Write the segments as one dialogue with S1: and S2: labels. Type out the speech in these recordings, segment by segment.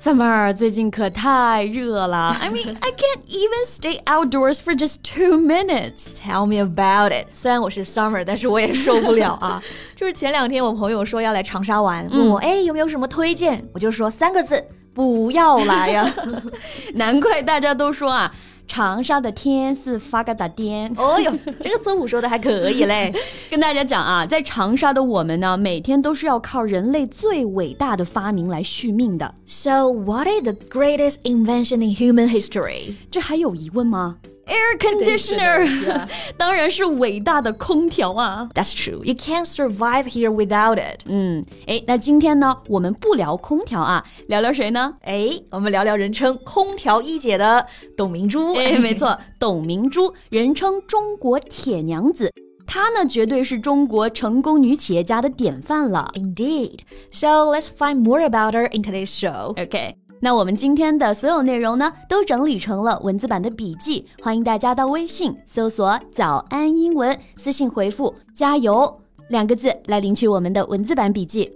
S1: Summer 最近可太热 了，I mean I can't even stay outdoors for just two minutes。
S2: Tell me about it。虽然我是 summer，但是我也受不了啊！就是前两天我朋友说要来长沙玩，问我哎有没有什么推荐，我就说三个字，不要来呀！
S1: 难怪大家都说啊，长沙的天是发个大颠。
S2: 哦哟，这个搜捕说的还可以嘞。
S1: 跟大家讲啊，在长沙的我们呢，每天都是要靠人类最伟大的发明来续命的。
S2: So what is the greatest invention in human history？
S1: 这还有疑问吗？Air conditioner，当然是伟大的空调啊。
S2: That's true. You can't survive here without it.
S1: 嗯，哎，那今天呢，我们不聊空调啊，聊聊谁呢？
S2: 哎，我们聊聊人称“空调一姐”的董明 珠。
S1: 哎，没错，董明珠，人称中国铁娘子，她呢绝对是中国成功女企业家的典范了。
S2: Indeed. So let's find more about her in today's show.
S1: OK，那我们今天的所有内容呢，都整理成了文字版的笔记，欢迎大家到微信搜索“早安英文”，私信回复“加油”两个字来领取我们的文字版笔记。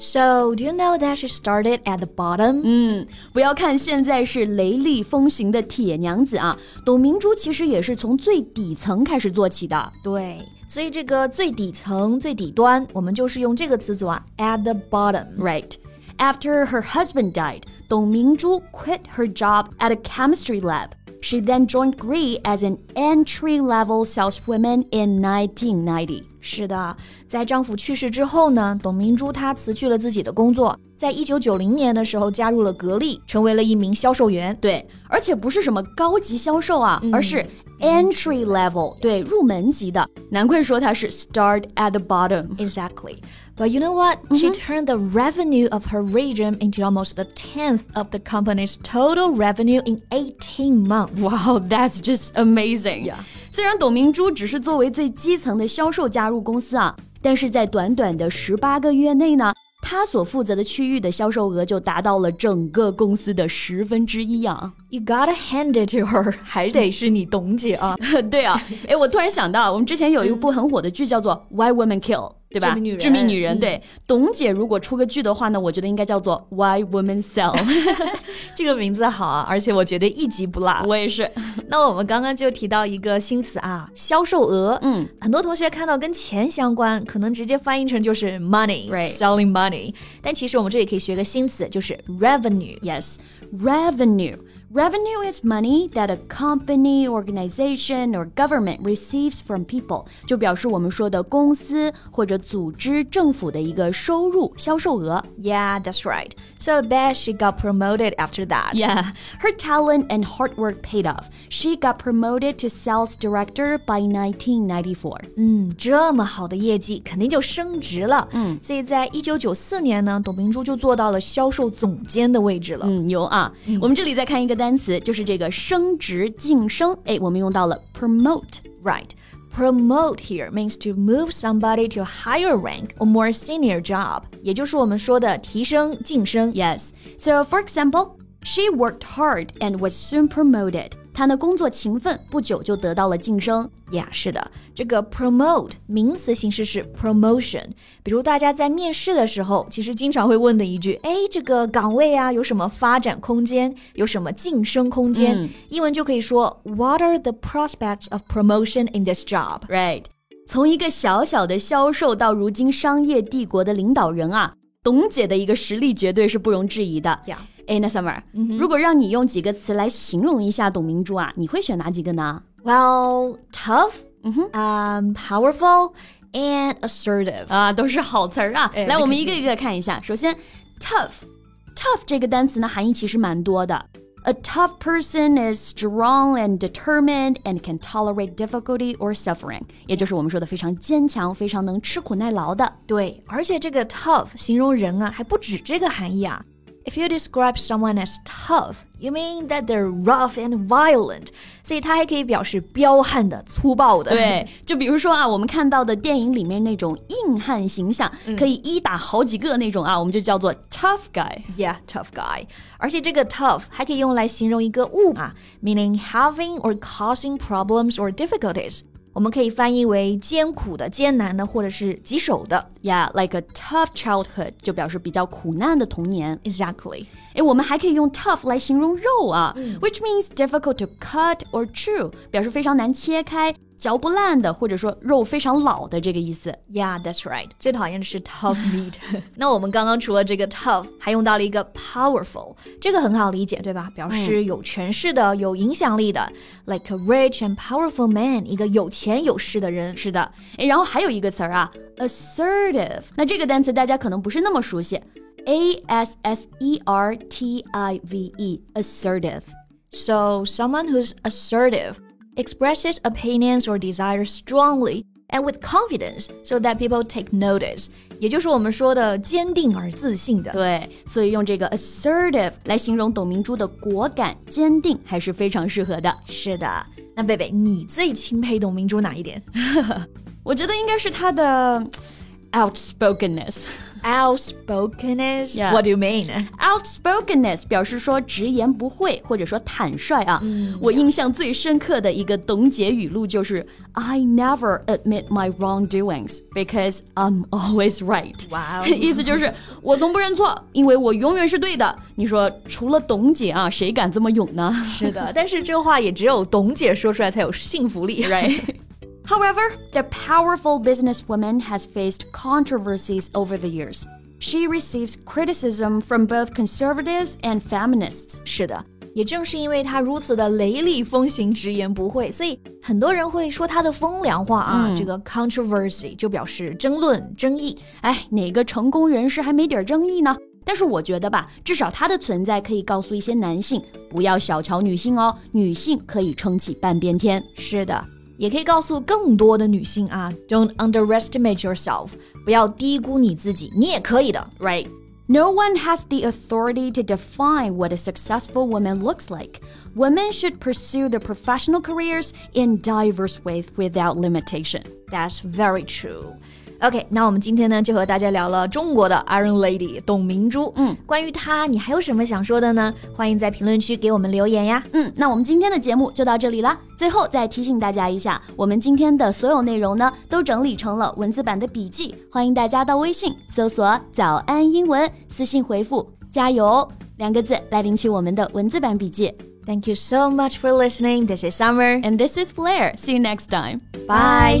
S2: So do you know that she started at the bottom?
S1: 嗯，不要看现在是雷厉风行的铁娘子啊，董明珠其实也是从最底层开始做起的。
S2: 对，所以这个最底层、最底端，我们就是用这个词组啊，at the bottom。
S1: Right. After her husband died, Dong Mingzhu quit her job at a chemistry lab. She then joined Gree as an entry level saleswoman in 1990.
S2: 是的，在丈夫去世之后呢，董明珠她辞去了自己的工作，在一九九零年的时候加入了格力，成为了一名销售员。
S1: 对，而且不是什么高级销售啊，而是 entry level，对，入门级的。难怪说她是 start at the bottom。
S2: Exactly. But you know what? She turned the revenue of her region into almost a tenth of the company's total revenue in 18 months.
S1: Wow, that's just amazing.
S2: Yeah.
S1: 虽然董明珠只是作为最基层的销售加入公司啊，但是在短短的十八个月内呢，她所负责的区域的销售额就达到了整个公司的十分之一啊。
S2: You gotta hand it to her. 还得是你董姐啊，
S1: 对 啊，哎，我突然想到，我们之前有一部很火的剧叫做《Why Women Kill》。对吧？
S2: 致命女人
S1: 致命女人，嗯对。董姐如果出个剧的话呢，我觉得应该叫做《Why Women Sell》。
S2: 这个名字好啊，而且我觉得一集不落。啊
S1: 我也是，
S2: 那我们刚刚就提到一个新词啊，销售额。
S1: 嗯，
S2: 很多同学看到跟钱相关，可能直接翻译成就是
S1: Right
S2: money，selling money。但其实我们这里可以学个新词，就是 revenue。
S1: Yes, revenue. Revenue is money that a company, organization, or government receives from people，就表示我们说的公司或者组织、政府的一个收入、销售额。
S2: Yeah, that's right. So I bet she got promoted after that.
S1: Yeah, her talent and hard work paid off. She got promoted to sales director by 1994.
S2: 嗯，这么好的业绩，肯定就升职了。嗯，所以在一九九四年呢，董明珠就做到了销售总监的位置了。
S1: 嗯，牛啊！Mm, 我们这里再看一个单词，就是这个升职、晋升。哎，我们用到了 promote。
S2: Right. Promote here means to move somebody to a higher rank or more senior job，也就是我们说的提升、晋升。
S1: Yes. So, for example, she worked hard and was soon promoted. 她呢，工作勤奋，不久就得到了晋升。
S2: 呀、是的，这个 promote 名词形式是 promotion。比如大家在面试的时候，其实经常会问的一句：“哎，这个岗位啊，有什么发展空间？有什么晋升空间？”英文就可以说：“What are the prospects of promotion in this job？”
S1: Right. 从一个小小的销售到如今商业帝国的领导人啊，董姐的一个实力绝对是不容置疑的。
S2: 呀、
S1: 哎，那 Summer，、如果让你用几个词来形容一下董明珠啊，你会选哪几个呢？
S2: Well, tough, um, powerful, and assertive.
S1: 啊，都是好词儿啊！
S2: 哎
S1: 来，
S2: 那
S1: 我们
S2: 肯
S1: 一个一个看一下。首先，tough，tough 这个单词呢，含义其实蛮多的。 A tough person is strong and determined and can tolerate difficulty or suffering，也就是我们说的非常坚强、非常能吃苦耐劳的。
S2: 对，而且这个 tough 形容人啊，还不止这个含义啊。If you describe someone as tough, you mean that they're rough and violent。所以它还可以表示彪悍的、粗暴的。
S1: 对， 就比如说啊，我们看到的电影里面那种硬汉形象，
S2: 嗯
S1: 可以一打好几个那种啊，我们就叫做 tough guy。
S2: Yeah, tough guy。而且这个 tough 还可以用来形容一个物啊，meaning having or causing problems or difficulties。我们可以翻译为艰苦的、艰难的，或者是棘手的。
S1: Yeah, like a tough childhood 就表示比较苦难的童年。
S2: Exactly。
S1: 诶，哎我们还可以用 tough 来形容肉啊、w h i c h means difficult to cut or chew，表示非常难切开、嚼不烂的，或者说肉非常老的这个意思。
S2: Yeah, that's right. 最讨厌的是 tough meat。那 我们刚刚除了这个 tough，还用到了一个 powerful，这个很好理解，对吧？表示有权势的、有影响力的，like a rich and powerful man，一个有钱有势的人。
S1: 是的，诶，哎然后还有一个词儿啊，assertive。那这个单词大家可能不是那么熟悉，a s s e r t i v E， e，assertive。
S2: So someone who's assertive expresses opinions or desires strongly. And with confidence, so that people take notice，也就是我们说的坚定而自信的。
S1: 对，所以用这个 assertive 来形容董明珠的果敢、坚定，还是非常适合的。
S2: 是的，那贝贝，你最钦佩董明珠哪一点？
S1: 我觉得应该是她的 outspokenness。
S2: outspokenness.
S1: Yeah.
S2: What do you mean?
S1: outspokenness 表示说直言不讳，或者说坦率啊。我印象最深刻的一个董姐语录就是 "I never admit my wrongdoings because I'm always right"。
S2: 哇哦
S1: 意思就是我从不认错，因为我永远是对的。你说除了董姐啊，谁敢这么勇呢？
S2: 是的，但是这话也只有董姐说出来才有信服力。
S1: right? However, the powerful businesswoman has faced controversies over the years. She receives criticism from both conservatives and feminists.
S2: 是的，也正是因为她如此的雷厉风行、直言不讳，所以很多人会说她的风凉话啊。
S1: 嗯
S2: 这个 controversy 就表示争论、争议。
S1: 哎，哪个成功人士还没点儿争议呢？但是我觉得吧，至少她的存在可以告诉一些男性，不要小瞧女性哦，女性可以撑起半边天。
S2: 是的。也可以告诉更多的女性啊，Don't underestimate yourself，不要低估你自己，你也可以的。
S1: Right. No one has the authority to define what a successful woman looks like. Women should pursue their professional careers in diverse ways without limitation.
S2: That's very true. OK，那我们今天呢就和大家聊了中国的 Iron Lady 董明珠。嗯，关于她，你还有什么想说的呢？欢迎在评论区给我们留言呀。
S1: 嗯，那我们今天的节目就到这里啦。最后再提醒大家一下，我们今天的所有内容呢，都整理成了文字版的笔记，欢迎大家到微信搜索“早安英文”，私信回复“加油哦”两个字来领取我们的文字版笔记。
S2: Thank you so much for listening. This is Summer.
S1: And this is Blair. See you next time.
S2: Bye.